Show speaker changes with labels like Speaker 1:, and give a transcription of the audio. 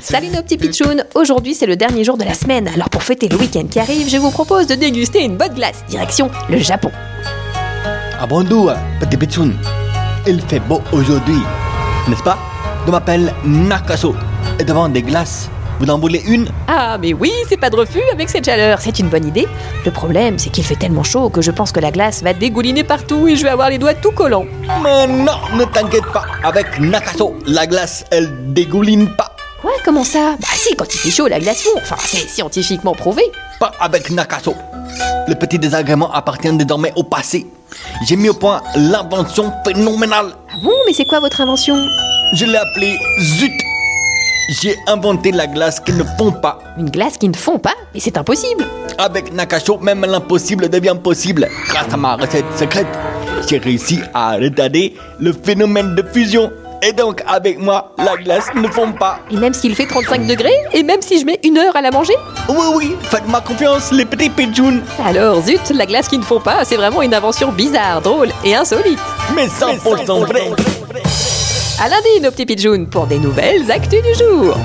Speaker 1: Salut nos petits pitchouns Aujourd'hui c'est le dernier jour de la semaine, alors pour fêter le week-end qui arrive, je vous propose de déguster une bonne glace, direction le Japon.
Speaker 2: Ah bonjour, petit pitchoun. Il fait beau aujourd'hui, n'est-ce pas Je m'appelle Nakaso. Et devant des glaces, vous en voulez une
Speaker 1: Ah mais oui, c'est pas de refus avec cette chaleur, c'est une bonne idée. Le problème c'est qu'il fait tellement chaud que je pense que la glace va dégouliner partout et je vais avoir les doigts tout collants.
Speaker 2: Mais non, ne t'inquiète pas. Avec Nakaso, la glace, elle dégouline pas.
Speaker 1: Ouais, comment ça Bah si, quand il fait chaud, la glace fond, enfin c'est scientifiquement prouvé.
Speaker 2: Pas avec Nakaso. Le petit désagrément appartient désormais au passé. J'ai mis au point l'invention phénoménale.
Speaker 1: Ah bon, mais c'est quoi votre invention
Speaker 2: Je l'ai appelée Zut. J'ai inventé la glace qui ne fond pas.
Speaker 1: Une glace qui ne fond pas Mais c'est impossible
Speaker 2: Avec Nakaso, même l'impossible devient possible. Grâce à ma recette secrète, j'ai réussi à retarder le phénomène de fusion. Et donc, avec moi, la glace ne fond pas.
Speaker 1: Et même s'il fait 35 degrés, et même si je mets une heure à la manger
Speaker 2: Oui, oui, faites-moi confiance, les petits pigeons.
Speaker 1: Alors zut, la glace qui ne fond pas, c'est vraiment une invention bizarre, drôle et insolite.
Speaker 2: Mais 100% vrai.
Speaker 1: À lundi nos petits pigeons pour des nouvelles actus du jour